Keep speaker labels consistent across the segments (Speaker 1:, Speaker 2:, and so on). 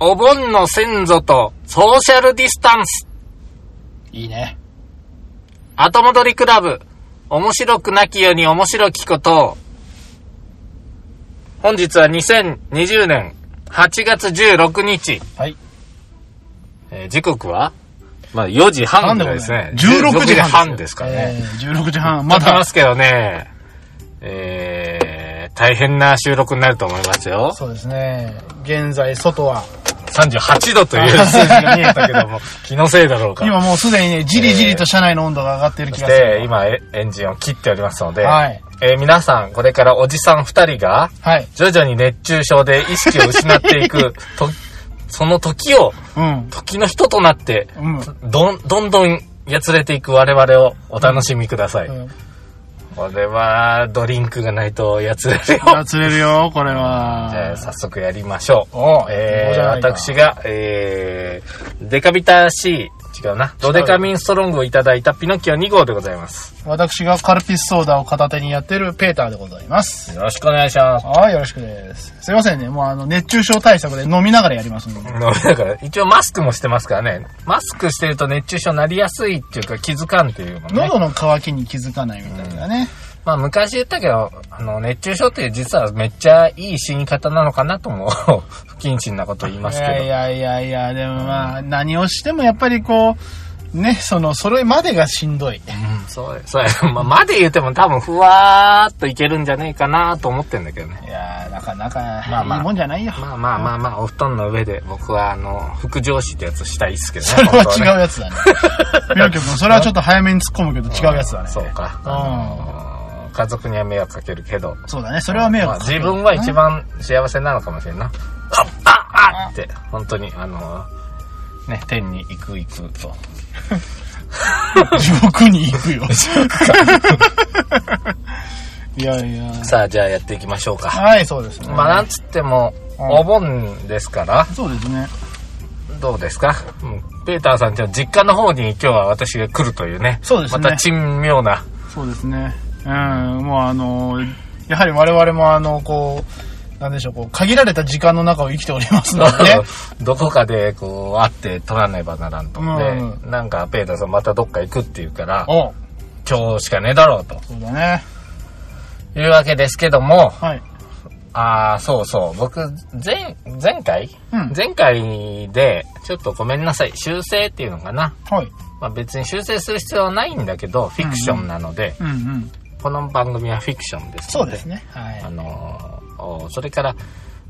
Speaker 1: お盆の先祖とソーシャルディスタンス。
Speaker 2: いいね。
Speaker 1: 後戻りクラブ。面白くなきように面白きことを。本日は2020年8月16日。
Speaker 2: はい。
Speaker 1: えー時刻はまあ4時半ぐらいですね。
Speaker 2: 16時半
Speaker 1: 半ですからね。
Speaker 2: えー、16時半。ま
Speaker 1: まだ
Speaker 2: だ
Speaker 1: ま、すけどね、えー、大変な収録になると思いますよ。
Speaker 2: そうですね。現在、外は、
Speaker 1: 38度という数字が見えたけども、 気のせいだろうか。
Speaker 2: 今もうすでにね、じりじりと車内の温度が上がってる
Speaker 1: そ
Speaker 2: 気
Speaker 1: し
Speaker 2: がする。
Speaker 1: て、今、えエンジンを切っておりますので、
Speaker 2: はい
Speaker 1: えー皆さん、これからおじさん2人が、
Speaker 2: はい。
Speaker 1: 徐々に熱中症で意識を失ってい く、とその時を、
Speaker 2: うん。
Speaker 1: 時の人となって、
Speaker 2: うん。
Speaker 1: どん、どんどん、やつれていく我々をお楽しみください。
Speaker 2: うん
Speaker 1: これは、ドリンクがないとやつれるよ。
Speaker 2: やつれるよ、これ
Speaker 1: じゃ
Speaker 2: は
Speaker 1: あ、。早速やりましょう。
Speaker 2: おう
Speaker 1: え
Speaker 2: どうじ
Speaker 1: ー
Speaker 2: ゃないか
Speaker 1: 私が、えー、デカビタ C、違うな、ドデカミンストロングをいただいたピノキオ2号でございます。
Speaker 2: 私がカルピスソーダを片手にやってるペーターでございます。
Speaker 1: よろしくお願いします。
Speaker 2: はい、よろしくです。すいませんね。もうあの、熱中症対策で飲みながらやりますので。
Speaker 1: だから、一応マスクもしてますからね。マスクしてると熱中症になりやすいっていうか気づかんっていうもんね。
Speaker 2: 喉の渇きに気づかないみたいなね。
Speaker 1: まあ昔言ったけど、あの、熱中症って実はめっちゃいい死に方なのかなとも、不謹慎なこと言います
Speaker 2: い
Speaker 1: けど。
Speaker 2: やいやいやいや、でもまあ、何をしてもやっぱりこう、ね、その、それまでがしんどい。
Speaker 1: うんそうや、そうや。まあ、まで言っても多分ふわーっといけるんじゃねえかなと思ってんだけどね。
Speaker 2: いやー、なかなか、
Speaker 1: まあまあ
Speaker 2: いいもんじゃないよ。
Speaker 1: まあまあまあまあ、お布団の上で僕はあの、副上司ってやつしたいっすけどね。
Speaker 2: それは
Speaker 1: 本当
Speaker 2: 違
Speaker 1: ね
Speaker 2: うやつだね。ピノキオ君、それはちょっと早めに突っ込むけど違うやつだね。
Speaker 1: そうか。あのー家族には迷惑かけるけど、
Speaker 2: そうだね、それは迷
Speaker 1: まあ
Speaker 2: 惑かけ
Speaker 1: 自
Speaker 2: る
Speaker 1: 分は一番幸せなのかもしれんな。あああって、本当にあのーね、天に行く行くと。
Speaker 2: 地獄に行く よ。いやいや。
Speaker 1: さあ、じゃあやっていきましょうか。
Speaker 2: はい、そうですね。
Speaker 1: まあ、なんつっても、お盆ですから、
Speaker 2: そうですね。
Speaker 1: どうですか、うん、ペーターさん、じゃあ実家の方に今日は私が来るというね。
Speaker 2: そうですね
Speaker 1: また珍妙な。
Speaker 2: そうですね。うん、もうあの、やはり我々もあの、こう、なんでしょう、こう、限られた時間の中を生きておりますの でね。
Speaker 1: どこかでこう会って取らねばならんと思って、
Speaker 2: う
Speaker 1: なんかペーターさんまたどっか行くっていうから
Speaker 2: お
Speaker 1: 今日しかねえだろうと
Speaker 2: そうだね。
Speaker 1: いうわけですけども
Speaker 2: はい。
Speaker 1: ああそうそう僕前前回、
Speaker 2: うん
Speaker 1: 前回でちょっとごめんなさい修正っていうのかな、
Speaker 2: はい。
Speaker 1: まあ、別に修正する必要はないんだけどフィクションなので、
Speaker 2: うんうん。
Speaker 1: この番組はフィクションです
Speaker 2: そ
Speaker 1: の
Speaker 2: うですね。はい
Speaker 1: あ。のーおそれから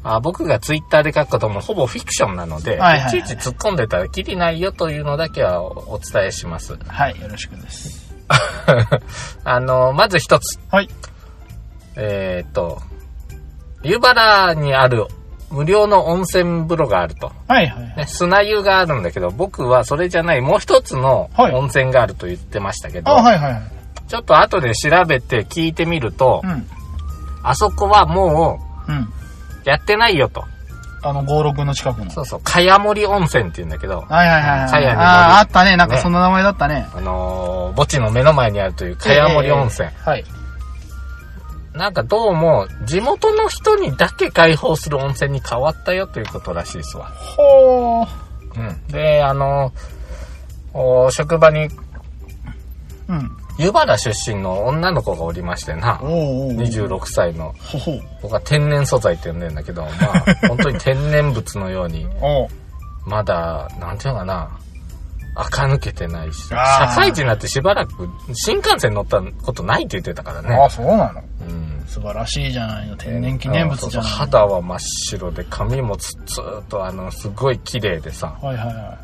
Speaker 1: あ僕がツイッターで書くこともほぼフィクションなので、
Speaker 2: はいはい
Speaker 1: い
Speaker 2: はい
Speaker 1: ちいち突っ込んでたらきりないよというのだけはおお伝えします。
Speaker 2: はい、よろしくです。
Speaker 1: あのーまず一つ、
Speaker 2: はい。
Speaker 1: えーっと、湯原にある無料の温泉風呂があると。
Speaker 2: はいはい。
Speaker 1: ね、砂湯があるんだけど、僕はそれじゃないもう一つの
Speaker 2: はい
Speaker 1: 温泉があると言ってましたけど、
Speaker 2: あ、はいはいはい。
Speaker 1: ちょっと後で調べて聞いてみると、
Speaker 2: うん。
Speaker 1: あそこはも
Speaker 2: うん。
Speaker 1: うやってないよと。
Speaker 2: あの、五六の近くの。
Speaker 1: そうそう、かや森温泉って言うんだけど、
Speaker 2: はいはいはいはい。
Speaker 1: かやに乗る
Speaker 2: ああ、あったね。なんかそんな名前だったね。
Speaker 1: あのー墓地の目の前にあるという茅森温泉
Speaker 2: え、え。はい。
Speaker 1: なんかどうも地元の人にだけ開放する温泉に変わったよということらしいですわ、
Speaker 2: ほー。
Speaker 1: うん、であのーお職場に
Speaker 2: うん。
Speaker 1: 湯原出身の女の子がおりましてな
Speaker 2: おーおー。
Speaker 1: 26歳の
Speaker 2: ほほう。
Speaker 1: 僕は天然素材って呼んでんだけどま あ本当に天然物のように
Speaker 2: おう
Speaker 1: まだなんていうのかな垢抜けてないし社
Speaker 2: あー
Speaker 1: 会人になってしばらく新幹線乗ったことないって言ってたからね
Speaker 2: ああ、そうなの
Speaker 1: うん
Speaker 2: 素晴らしいじゃないの。天然記念物じゃな
Speaker 1: そう
Speaker 2: い
Speaker 1: そう肌は真っ白で髪もつつーっとあのすごい綺麗でさ
Speaker 2: の。はいはいはい。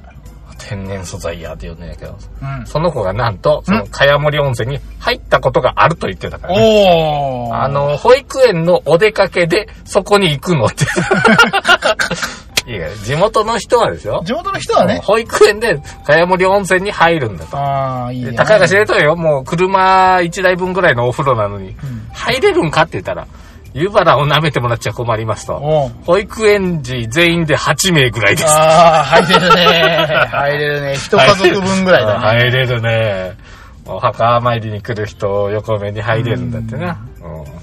Speaker 1: 天然素材やって呼んでんやけど
Speaker 2: うん。
Speaker 1: その子がなんとその茅森温泉に入ったことがあると言ってたから、ね、
Speaker 2: おー。
Speaker 1: あ、の保育園のお出かけでそこに行くのっていや地元の人はですよ
Speaker 2: 地元の人はね。
Speaker 1: 保育園で茅森温泉に入るんだと
Speaker 2: ああ、いい
Speaker 1: で
Speaker 2: ね。
Speaker 1: たかが知れとるよもう車1台分ぐらいのお風呂なのに、入れるんかって言ったら湯原を舐めてもらっちゃ困りますと
Speaker 2: おう
Speaker 1: 保育園児全員で8名ぐらいです。
Speaker 2: ああ、入れるね。 入れるね。一家族分ぐらいだね。
Speaker 1: 入れるね。お墓参りに来る人を横目に入れるんだってな。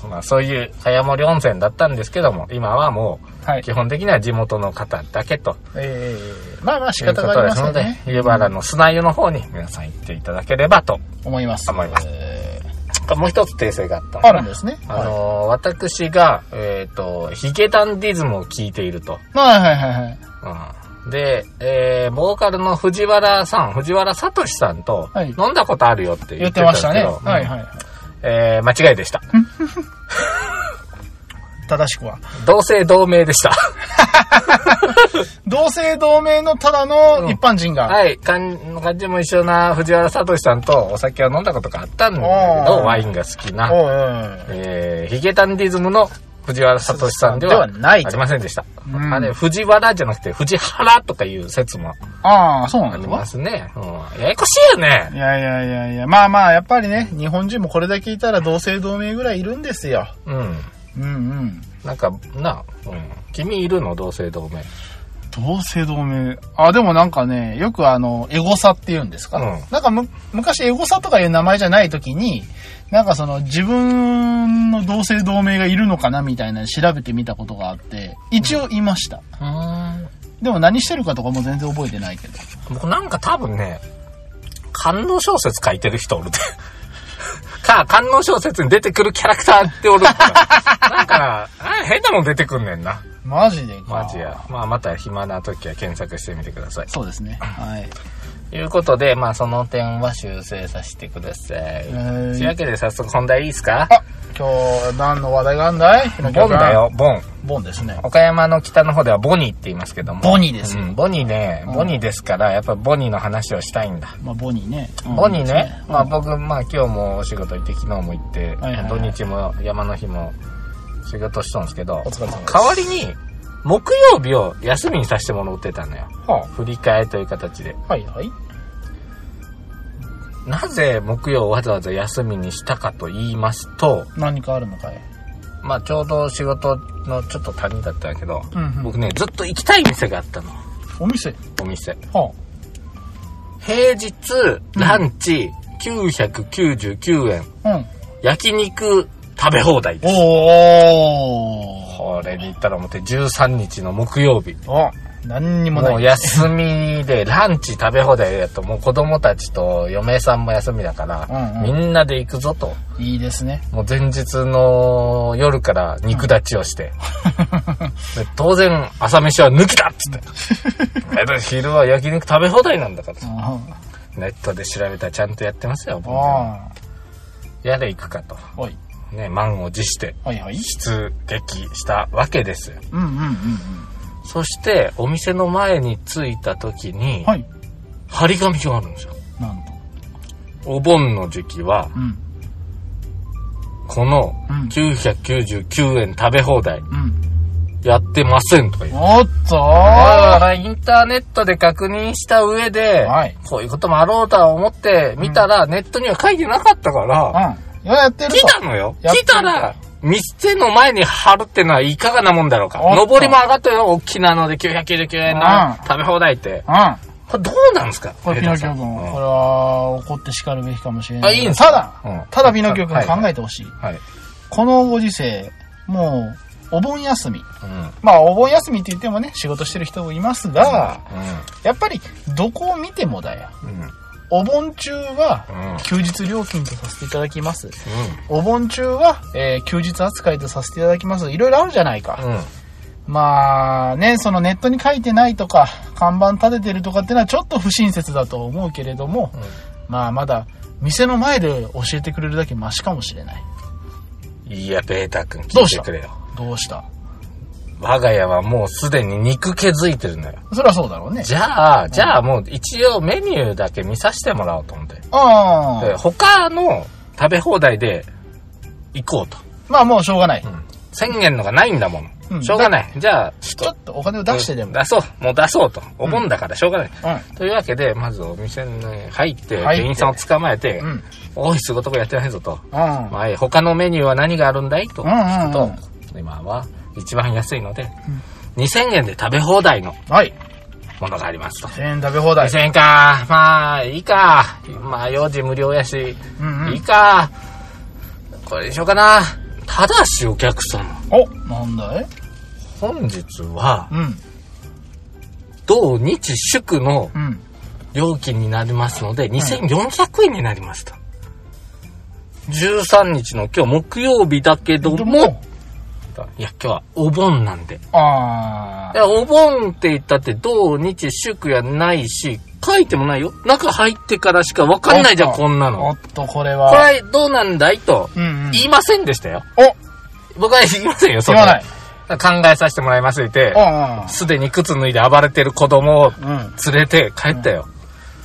Speaker 1: うん、まあそういう早森温泉だったんですけども、今はも
Speaker 2: は
Speaker 1: う
Speaker 2: い
Speaker 1: 基。本的には地元の方だけと
Speaker 2: えー、まあまあ仕
Speaker 1: いうこ
Speaker 2: 方があ
Speaker 1: と
Speaker 2: り
Speaker 1: で
Speaker 2: ますせ
Speaker 1: の
Speaker 2: ん
Speaker 1: で
Speaker 2: ね、。
Speaker 1: 湯原の砂湯の方に皆さん行っていただければと。
Speaker 2: 思います。
Speaker 1: 思います
Speaker 2: え
Speaker 1: もう一つ訂正があったの
Speaker 2: ー、
Speaker 1: が
Speaker 2: あるんですね。
Speaker 1: あのー私が、えっ、と、ヒゲダンディズムを聞いていると。
Speaker 2: はいはいはいはい。
Speaker 1: うんで、えー、ボーカルの藤原さん、藤原聡さんと、
Speaker 2: はい
Speaker 1: 飲んだことあるよって言
Speaker 2: 言
Speaker 1: っ
Speaker 2: ってて
Speaker 1: たん
Speaker 2: ま
Speaker 1: で
Speaker 2: し
Speaker 1: す
Speaker 2: た
Speaker 1: け
Speaker 2: ね。
Speaker 1: ど、うん
Speaker 2: はいはいはい。
Speaker 1: えー間違いでした。
Speaker 2: 正しくは。
Speaker 1: 同姓同名でした。
Speaker 2: 同姓同名のただの一般人が。
Speaker 1: はい、感感じも一緒な藤原聡さんとお酒を飲んだことがあったんだけど、
Speaker 2: おー
Speaker 1: ワインが好きな、
Speaker 2: おう
Speaker 1: えー、ヒゲダンディズムの藤原聡さんでは
Speaker 2: ではないと
Speaker 1: ありませんでした。
Speaker 2: うん
Speaker 1: あれ、藤原じゃなくて藤原とかいう説も
Speaker 2: ああ、そうな
Speaker 1: あ
Speaker 2: ん
Speaker 1: り
Speaker 2: だ。
Speaker 1: ますね。うん。ややこしいよね
Speaker 2: い。やいやいやいや、まあまあ、やっぱりね、日本人もこれだけいたら同姓同名ぐらいいるんですよ。
Speaker 1: うん。
Speaker 2: うんうん。
Speaker 1: なんか、な、うん。君いるの同姓同名。
Speaker 2: 同姓同名。あ、でもなんかね、よくあの、エゴサって言うんですか、
Speaker 1: うん
Speaker 2: なんかむ、昔エゴサとかいう名前じゃない時に、なんかその、自分の同姓同名がいるのかなみたいなの調べてみたことがあって、一応いました。
Speaker 1: うん。
Speaker 2: でも何してるかとかも全然覚えてないけど。
Speaker 1: 僕なんか多分ね、観音小説書いてる人おるで。 か、観音小説に出てくるキャラクターっておる から。なんかな、あ変なもん出てくんねんな。
Speaker 2: マジでか。
Speaker 1: マジや。まあまた暇な時は検索してみてください。
Speaker 2: そうですね。はい。
Speaker 1: ということで、まあその点は修正させてください。
Speaker 2: ーい
Speaker 1: というわけで早速本題いいですか
Speaker 2: あ、今日何の話題があんだい
Speaker 1: ボンだ。よ、ボン。
Speaker 2: ボンですね。
Speaker 1: 岡山の北の方ではボニーって言いますけども。
Speaker 2: ボニーです
Speaker 1: う。んボニーね、ボニーですから、やっぱボニーの話をしたいんだ。
Speaker 2: まあ、ボニーね。うん
Speaker 1: ボニーね、まあ僕、まあ今日もお仕事行って、昨日も行って、
Speaker 2: はいはいはい
Speaker 1: 土日も山の日も仕事しとんですけど、
Speaker 2: お疲れ様です
Speaker 1: 代わりに、木曜日を休みにさせてもらってたのよ。
Speaker 2: は
Speaker 1: 振り替えという形で。
Speaker 2: あはいはい。
Speaker 1: なぜ木曜をわざわざ休みにしたかと言いますと、
Speaker 2: 何かあるのかい
Speaker 1: まあちょうど仕事のちょっと谷だったんやけど、
Speaker 2: うんうん
Speaker 1: 僕ね、ずっと行きたい店があったの。
Speaker 2: お店
Speaker 1: お店。
Speaker 2: は
Speaker 1: 平日、ランチ、999円、
Speaker 2: あ。うん。
Speaker 1: 焼肉食べ放題です。
Speaker 2: おー。
Speaker 1: これで言ったら思って13日の木曜日。
Speaker 2: あ、何にもない。
Speaker 1: もう休みでランチ食べ放題やと、もう子供たちと嫁さんも休みだから、
Speaker 2: うんう
Speaker 1: みんなで行くぞと。
Speaker 2: いいですね。
Speaker 1: もう前日の夜から肉立ちをして。で当然朝飯は抜きだっつって。 だって昼は焼肉食べ放題なんだから
Speaker 2: うん。
Speaker 1: ネットで調べたらちゃんとやってますよ。僕
Speaker 2: あ
Speaker 1: やれ行くかと。
Speaker 2: ー。はい。
Speaker 1: ね、満を持して
Speaker 2: はいはい。
Speaker 1: 出撃したわけですよ。
Speaker 2: うんうんうんうん。
Speaker 1: そして、お店の前に着いた時に、
Speaker 2: はい。
Speaker 1: 張り紙があるんですよ。
Speaker 2: なんと。
Speaker 1: お盆の時期は、
Speaker 2: うん。
Speaker 1: この
Speaker 2: うん
Speaker 1: 999円食べ放題
Speaker 2: うん。
Speaker 1: やってませんとか言う。
Speaker 2: おっとー
Speaker 1: だからインターネットで確認した上で、
Speaker 2: はい
Speaker 1: こういうこともあろうとは思って見たら、ネットには書いてなかったから、
Speaker 2: うん。やってる
Speaker 1: 来
Speaker 2: と。
Speaker 1: たのよ。
Speaker 2: やって
Speaker 1: 来
Speaker 2: ると
Speaker 1: たら、店の前に貼るってのはいかがなもんだろうか。
Speaker 2: おっと
Speaker 1: 上りも上がったよ、大きなので999円の
Speaker 2: う
Speaker 1: 食べ放題って。
Speaker 2: うん。
Speaker 1: これどうなんですか
Speaker 2: これピノキ
Speaker 1: 平
Speaker 2: オ
Speaker 1: 田さ
Speaker 2: 君、
Speaker 1: ん
Speaker 2: こ
Speaker 1: うん
Speaker 2: れは怒って叱るべきかもしれな
Speaker 1: あい
Speaker 2: い。
Speaker 1: いんです
Speaker 2: た
Speaker 1: かう
Speaker 2: だ
Speaker 1: ん、
Speaker 2: ただピノキオ君
Speaker 1: はいはい
Speaker 2: 考えてほしい。
Speaker 1: はい。
Speaker 2: このご時世、もう、お盆休み。
Speaker 1: うん。
Speaker 2: まあ、お盆休みって言ってもね、仕事してる人もいますが、
Speaker 1: う
Speaker 2: やっぱり、どこを見てもだよ。
Speaker 1: ん。うん。
Speaker 2: お盆中は、
Speaker 1: うん。
Speaker 2: 休日料金とさせていただきます。お盆中は、えー休日扱いとさせていただきます。いろいろあるじゃないか。
Speaker 1: うん。
Speaker 2: まあ、ね、そのネットに書いてないとか、看板立ててるとかってのはちょっと不親切だと思うけれども、まあ、まだ、店の前で教えてくれるだけマシかもしれない。
Speaker 1: いや、ベータ君、聞
Speaker 2: ど
Speaker 1: いうて
Speaker 2: した
Speaker 1: くれよ。
Speaker 2: どうした
Speaker 1: 我が家はもうすでに肉気づいてるのよ。
Speaker 2: そりゃそうだろうね。
Speaker 1: じゃあ、じゃあもう一応メニューだけ見させてもらおうと思って。
Speaker 2: あ
Speaker 1: で
Speaker 2: あ。
Speaker 1: 他の食べ放題で行こうと。
Speaker 2: まあ、もうしょうがない。
Speaker 1: 1000円のがないんだも。
Speaker 2: うんん
Speaker 1: しょうがない。じゃあ、
Speaker 2: ちょっとお金を出してでも。
Speaker 1: 出そう。もう出そうと。お盆だからしょうがない。
Speaker 2: う
Speaker 1: というわけで、まずお店に入って、
Speaker 2: 入って
Speaker 1: 店員さんを捕まえて
Speaker 2: ん。うん。、
Speaker 1: おい、仕事がやってないぞと。
Speaker 2: うん。
Speaker 1: まあえー他のメニューは何があるんだいと
Speaker 2: うんうんう
Speaker 1: 聞
Speaker 2: ん
Speaker 1: くと、今は一番安いので、2000円で食べ放題の
Speaker 2: はい。
Speaker 1: ものがありますと。
Speaker 2: 1000円食べ放題。
Speaker 1: 2000円か。まあ、いいか。まあ、用事無料やし、
Speaker 2: うんうん
Speaker 1: いいか。これにしようかな。ただしお客様、
Speaker 2: おなんだい
Speaker 1: 本日は、
Speaker 2: うん。
Speaker 1: 同日祝の
Speaker 2: うん。
Speaker 1: 料金になりますので、2400円になりますと。13日の今日木曜日だけど
Speaker 2: で
Speaker 1: も、、いや、今日はお盆なんで。
Speaker 2: あ
Speaker 1: いや、お盆って言ったって、土日祝やないし、書いてもないよ。中入ってからしかわかんないじゃん、
Speaker 2: おっと
Speaker 1: こんな
Speaker 2: ー。お
Speaker 1: の。
Speaker 2: っと、これ
Speaker 1: こ
Speaker 2: は。
Speaker 1: れ、どうなんだいと、
Speaker 2: うんうん。
Speaker 1: 言いませんでしたよ。
Speaker 2: お
Speaker 1: 僕は言いませんよ、そ
Speaker 2: 言
Speaker 1: れ
Speaker 2: わない。
Speaker 1: 考えさせてもらいますって
Speaker 2: う、ん
Speaker 1: すでに靴脱いで暴れてる子供を
Speaker 2: うん。うん。
Speaker 1: 連れて帰ったよ。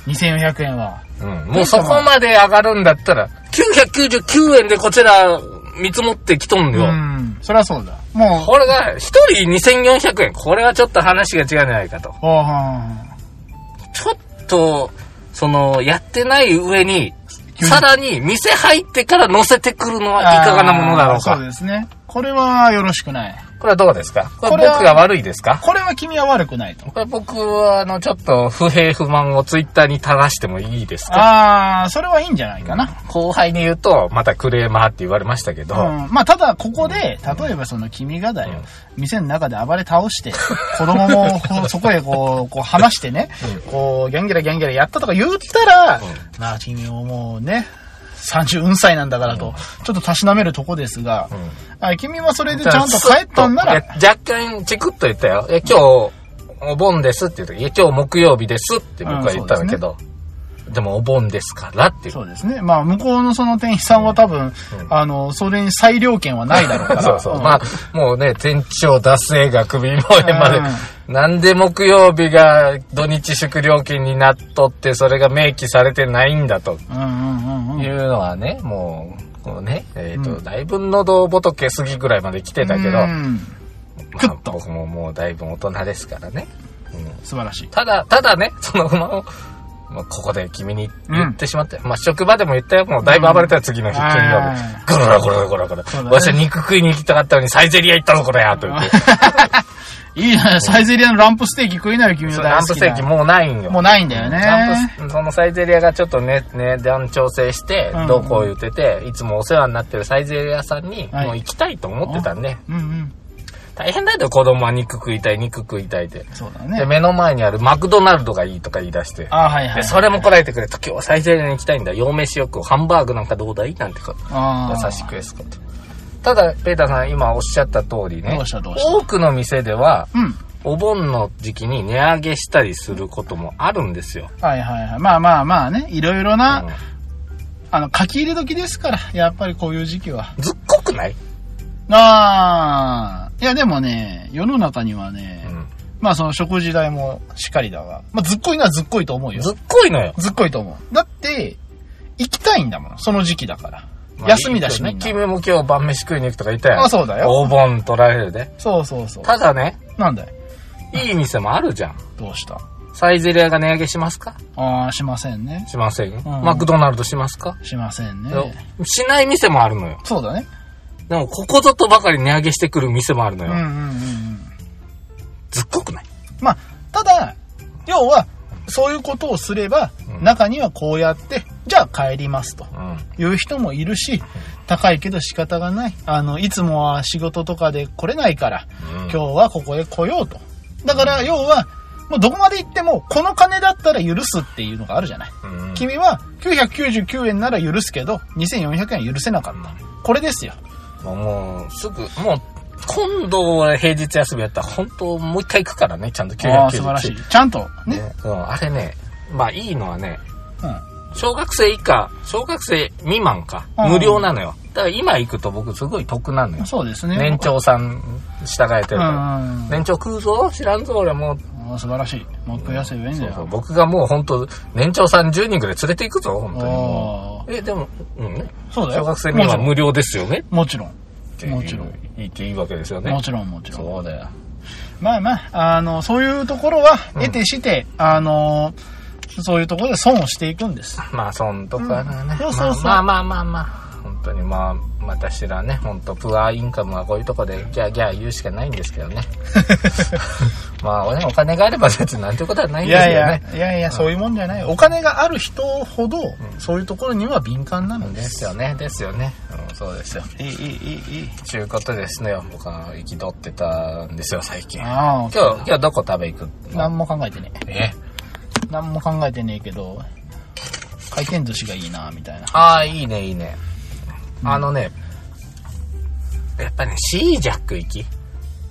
Speaker 2: 2400円は。
Speaker 1: うん。もうそこまで上がるんだったら、999円でこちら見積もってきとん
Speaker 2: う
Speaker 1: よ。
Speaker 2: ん。そりゃそうだ。もう、
Speaker 1: これが、一人2400円。これはちょっと話が違うんじゃないかと。
Speaker 2: おは
Speaker 1: ちょっと、その、やってない上に、
Speaker 2: 急に
Speaker 1: さらに店入ってから乗せてくるのはいかがなものだろう
Speaker 2: そう
Speaker 1: か。
Speaker 2: ですね。これはよろしくない。
Speaker 1: これはどうですかこれ
Speaker 2: これは
Speaker 1: 僕が悪いですか
Speaker 2: これは君は悪くないと。
Speaker 1: これ僕は、あの、ちょっと不平不満をツイッターに垂らしてもいいですか
Speaker 2: ああ、それはいいんじゃないかな。
Speaker 1: 後輩に言うと、またクレーマーって言われましたけど、
Speaker 2: うん。まあ、ただ、ここで、例えばその君がだよ、店の中で暴れ倒 して、子供もこうそこへこう、こう話してね、こう、ギャンギャラギャンギャラやったとか言ったら、まあ、君ももうね、30運歳なんだからと、ちょっとたしなめるとこですが、あ君はそれでちゃんと帰ったんなら、
Speaker 1: いや若干チクッと言ったよ。いや、今日、お盆ですって言うと、いや、今日木曜日ですって僕は言ったんだけど、でもお盆ですからっていう
Speaker 2: そうですね。まあ、向こうのその店員さんは多分、あの、それに裁量権はないだろうから。
Speaker 1: そうそう。
Speaker 2: ん
Speaker 1: まあ、もうね、店長脱税が首もえまで、
Speaker 2: う
Speaker 1: なんで木曜日が土日祝料金になっとって、それが明記されてないんだと
Speaker 2: うんうんうんう
Speaker 1: い
Speaker 2: ん。
Speaker 1: うのはね、もう、こうね、えっ、と、だいぶ喉仏過ぎぐらいまで来てたけど、
Speaker 2: う
Speaker 1: ま
Speaker 2: ん
Speaker 1: あ
Speaker 2: クッと
Speaker 1: 僕ももうだいぶ大人ですからね。
Speaker 2: 素晴らしい。
Speaker 1: ただ、ただね、 その不満を、まあここで君に言ってしまって、まあ、職場でも言ったよ。もうだいぶ暴れたよ、次の日、
Speaker 2: うん
Speaker 1: 金曜日。ゴロゴロゴロゴロゴロ
Speaker 2: そうだ。ね
Speaker 1: わしは肉食いに行きたかったのにサイゼリア行ったぞ、これやと言って。
Speaker 2: いいじゃない、サイゼリアのランプステーキ食いなよ、君の
Speaker 1: そう
Speaker 2: 大
Speaker 1: ラ
Speaker 2: 好
Speaker 1: ンプ
Speaker 2: き
Speaker 1: ステ
Speaker 2: な
Speaker 1: ーキもうないんよ。
Speaker 2: もうないんだよね。
Speaker 1: ちゃんと、そのサイゼリアがちょっとね、値段調整して
Speaker 2: うん、
Speaker 1: どうこう言ってて、いつもお世話になってるサイゼリアさんに、
Speaker 2: はい
Speaker 1: もう行きたいと思ってたんで、
Speaker 2: うんうん。
Speaker 1: 大変だよ、子供は肉食いたい、肉食いたいって。
Speaker 2: そうだ
Speaker 1: で、
Speaker 2: ね。
Speaker 1: 目の前にあるマクドナルドがいいとか言い出して、
Speaker 2: あはいは
Speaker 1: で
Speaker 2: い。
Speaker 1: それもこらえてくれと、今日はサイゼリアに行きたいんだ、洋飯よくハンバーグなんかどうだいなんてこと。
Speaker 2: あー
Speaker 1: 優しくですこと。ただ、ペーターさん、今おっしゃった通りね
Speaker 2: どうしたどうし、た
Speaker 1: 多くの店では、
Speaker 2: うん。
Speaker 1: お盆の時期に値上げしたりすることもあるんですよ。
Speaker 2: はいはいはい。まあまあまあね、いろいろな、
Speaker 1: うん
Speaker 2: あの、書き入れ時ですから、やっぱりこういう時期は。
Speaker 1: ずっこくない、
Speaker 2: ああ、いやでもね、世の中にはね、
Speaker 1: うん、
Speaker 2: まあその食事代もしっかりだが、まあずっこいのはずっこいと思うよ。
Speaker 1: ずっこいのよ。
Speaker 2: ずっこいと思う。だって、行きたいんだもん、その時期だから。
Speaker 1: まあ
Speaker 2: 休みだし
Speaker 1: いい
Speaker 2: み
Speaker 1: よ
Speaker 2: ん
Speaker 1: ね。
Speaker 2: な。
Speaker 1: 君も今日晩飯食いに行くとか言ったやん。
Speaker 2: あそうだよ
Speaker 1: お盆取られるで。
Speaker 2: そうそうそう。
Speaker 1: ただね、
Speaker 2: なんだよ。
Speaker 1: いい店もあるじゃん。
Speaker 2: どうした
Speaker 1: サイゼリアが値上げしますか
Speaker 2: ああ、しませんね。
Speaker 1: しませんよ。
Speaker 2: うん
Speaker 1: マクドナルドしますか、
Speaker 2: しませんね。
Speaker 1: しない店もあるのよ。
Speaker 2: そうだね。
Speaker 1: でも、ここぞとばかり値上げしてくる店もあるの
Speaker 2: う
Speaker 1: よ。
Speaker 2: んうんうんうん。
Speaker 1: ずっこくない
Speaker 2: まあ、ただ、要は、そういうことをすれば、
Speaker 1: うん
Speaker 2: 中にはこうやって、じゃあ帰りますと
Speaker 1: うん。
Speaker 2: いう人もいるし、高いけど仕方がない。あの、いつもは仕事とかで来れないから、
Speaker 1: うん
Speaker 2: 今日はここへ来ようと。だから、要は、もうどこまで行っても、この金だったら許すっていうのがあるじゃない。
Speaker 1: うん
Speaker 2: 君は999円なら許すけど、2400円は許せなかった。これですよ。
Speaker 1: もうもう、すぐ、もう、今度は平日休みやったら、本当もう一回行くからね、ちゃんと999
Speaker 2: ああ、素晴らしい。ちゃんと、ね。
Speaker 1: ね、うん、あれね、まあいいのはね、
Speaker 2: うん。
Speaker 1: 小学生以下、小学生未満か、
Speaker 2: うん
Speaker 1: 無料なのよ。だから今行くと僕すごい得なのよ。
Speaker 2: そうですね。
Speaker 1: 年長さん従えてるから。
Speaker 2: うん
Speaker 1: 年長食うぞ知らんぞ俺もう。
Speaker 2: うん。素晴らしい。もう食いやすい上に
Speaker 1: そ
Speaker 2: だ
Speaker 1: うそう。
Speaker 2: よ。
Speaker 1: 僕がもう本当年長さん10人ぐらい連れて行くぞ、本当にも
Speaker 2: あ
Speaker 1: う。え、でも、うんね。
Speaker 2: あ。そうだよ。
Speaker 1: 小学生未満無料ですよね
Speaker 2: もちろん。
Speaker 1: っていう
Speaker 2: もちろん。
Speaker 1: 言っていいわけですよね。
Speaker 2: もちろん、もちろん。
Speaker 1: そうだよ。
Speaker 2: まあまあ、あの、そういうところは、得てして、あの、そういうところで損をしていくんです。
Speaker 1: まあ、そんとかね。
Speaker 2: うんそうそうそう
Speaker 1: まあまあまあまあまあ。本当にまあ、私らね、ほんと、プアインカムはこういうとこで、ギャーギャー言うしかないんですけ どね。まあ、ねお金があれば別になんてことはないん
Speaker 2: い
Speaker 1: ですよ
Speaker 2: や
Speaker 1: ね。
Speaker 2: いや、いやいや、そういうもんじゃない。お金がある人ほど、そういうところには敏感なの
Speaker 1: で
Speaker 2: で。
Speaker 1: すよね、ですよね。うん、そうですよ。
Speaker 2: いい、いい、いい、いい。
Speaker 1: ちゅうことですね、僕は憤ってたんですよ、最近。今
Speaker 2: あ
Speaker 1: 日、今日どこ食べ行く
Speaker 2: あ、
Speaker 1: の
Speaker 2: 何も考えてねえ。
Speaker 1: え
Speaker 2: 何も考えてねえけど、回転寿司がいいな、みたいな。
Speaker 1: ああ、いいね、いいね。あのね、やっぱね、シージャック行き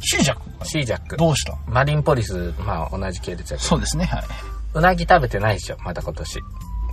Speaker 2: シージャック
Speaker 1: シージャック。
Speaker 2: どうした
Speaker 1: マリンポリス、まあ同じ系列やけど。
Speaker 2: そうですね、はい。
Speaker 1: うなぎ食べてないでしょ、まだ今年。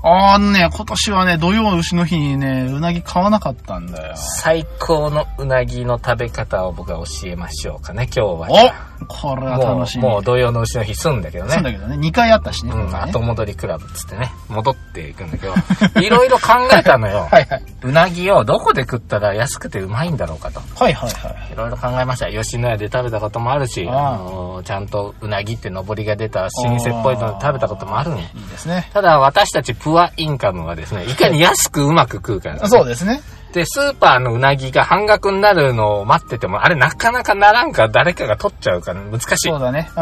Speaker 2: あのね、今年はね、土曜牛の日にね、うなぎ買わなかったんだよ。
Speaker 1: 最高のうなぎの食べ方を僕は教えましょうかね、今日は。
Speaker 2: おこれは楽し
Speaker 1: もう、
Speaker 2: み
Speaker 1: もう。土曜の牛の日すんだけど
Speaker 2: そう
Speaker 1: ね。
Speaker 2: だけどね、2回あったしね、
Speaker 1: う
Speaker 2: 今
Speaker 1: ん、
Speaker 2: 回ね
Speaker 1: 後戻りクラブっつってね、戻っていくんだけど、 いろいろ考えたのよ。
Speaker 2: はいはい。
Speaker 1: うなぎをどこで食ったら安くてうまいんだろうかと。
Speaker 2: はいはいはい。
Speaker 1: いろいろ考えました。吉野家で食べたこともあるし、
Speaker 2: あ
Speaker 1: あ
Speaker 2: あ
Speaker 1: のちゃんとうなぎって上りが出た老舗っぽいの食べたこともあるの。
Speaker 2: いいですね。
Speaker 1: ただ私たちプアインカムはですね、いかに安くうまく食うかなんです
Speaker 2: そうですね。
Speaker 1: で、スーパーのうなぎが半額になるのを待ってても、あれなかなかならんから誰かが取っちゃうから難しい。
Speaker 2: そうだね。う